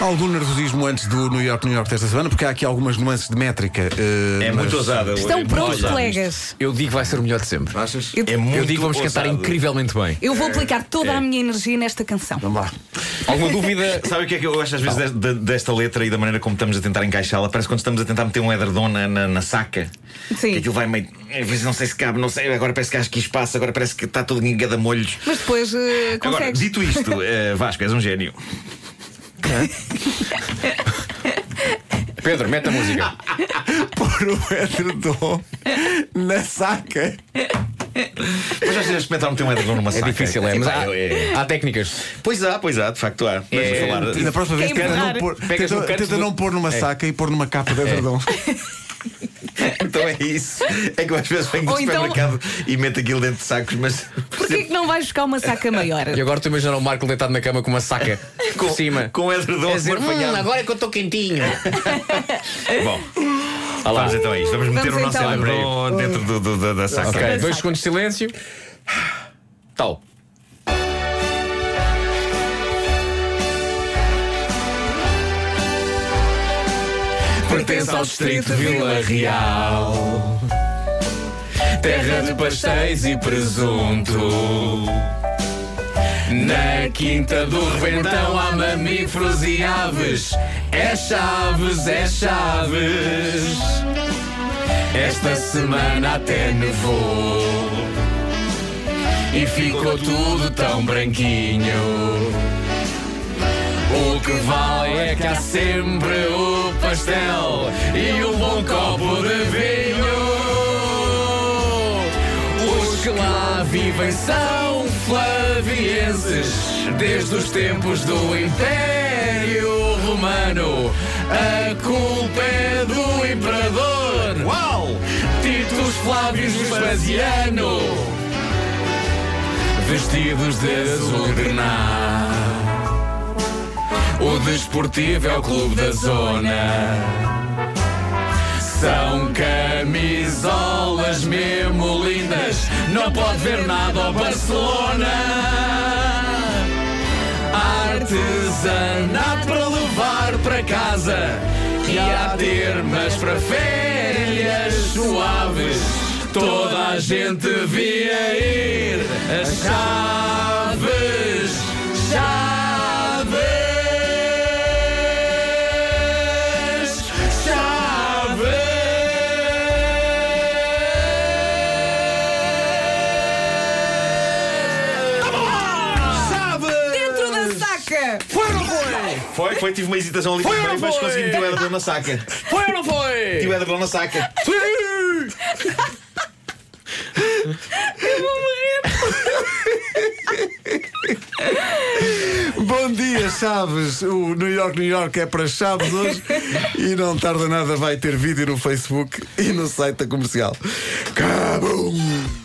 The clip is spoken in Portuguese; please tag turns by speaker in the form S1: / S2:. S1: Algum nervosismo antes do New York, New York desta semana, porque há aqui algumas nuances de métrica. eh,
S2: É
S1: mas-
S2: muito ousada hoje.
S3: Estão prontos,
S2: Olha,
S3: colegas?
S4: Eu digo que vai ser o melhor de sempre.
S1: Achas?
S3: Eu,
S2: É muito
S4: Eu digo que vamos cantar
S2: ousado.
S4: incrivelmente bem.
S3: eu vou aplicar toda a minha energia nesta canção.
S1: É. Vamos lá.
S4: Alguma dúvida?
S2: Sabe o que é que eu acho às vezes de- de- desta letra e da maneira como estamos a tentar encaixá-la? Parece quando estamos a tentar meter um edredom na, na- na saca.
S3: Sim.
S2: Que aquilo vai meio. Às vezes não sei se cabe, não sei. Agora parece que acho que espaço, agora parece que está todo em molhos.
S3: Mas depois eh,
S2: Agora,
S3: consegues.
S2: dito isto, eh, Vasco, és um gênio.
S4: Pedro, mete a música.
S1: Pôr o edredom na saca.
S2: Mas já vocês experimentaram meter um edredom numa
S4: É
S2: saca?
S4: difícil, é, mas
S2: Epá,
S4: há,
S2: é-
S4: há técnicas.
S2: Pois há, pois há, de facto há. Mas
S4: É,
S2: vou
S1: E na
S2: falar.
S1: próxima vez
S3: Quem
S1: tenta
S3: mudar?
S1: não pôr,
S4: Pegas
S1: tenta,
S4: no canto
S1: tenta
S4: do-
S1: não pôr numa saca e pôr numa capa de edredom.
S2: Então é isso. É que eu às vezes venho do
S3: Ou então-
S2: supermercado e meto aquilo dentro de sacos, mas.
S3: Porquê que não vais buscar uma saca maior?
S4: E agora tu imaginar o Marco deitado na cama com uma saca
S2: Com,
S4: por cima.
S2: com o edredom
S4: É dizer,
S2: apanhado.
S4: "Hum, agora é que eu estou quentinho. hum,
S2: Bom, vamos então a isto. Vamos meter
S3: Vamos
S2: o nosso
S3: então.
S2: edredom dentro do- do- da- da saca.
S4: ok, dois segundos de silêncio. Tal.
S3: Pertence ao distrito Vila
S4: Real,
S3: terra de pastéis
S4: e presunto. Na
S3: quinta do
S4: Reventão há mamíferos e aves. É Chaves, é Chaves. Esta semana até nevou. E ficou tudo tão branquinho. O que vale é que há sempre o pastel e um bom copo de vinho. Os que lá vivem são flavienses, desde os tempos do Império Romano. A culpa é do imperador. Uau! Titus Flávios Vespasiano, vestidos de azul grená. O desportivo é o clube da zona. São camisolas mesmo lindas, não
S3: é.
S4: pode ver nada ao Barcelona. Artesanato para levar para casa e há termas para férias suaves. Toda a gente via ir as chaves, chaves, chaves.
S3: Dentro da saca!
S2: Foi, foi, tive uma hesitação ali
S4: Foi
S2: também,
S4: ou não
S2: mas
S4: foi?
S2: consegui meter o edredom na saca.
S4: Foi ou não foi?
S2: Meti o edredom na saca.
S1: Bom dia, Chaves. O New York, New York é para Chaves hoje e não tarda nada vai ter vídeo no Facebook e no site da comercial. Cabum!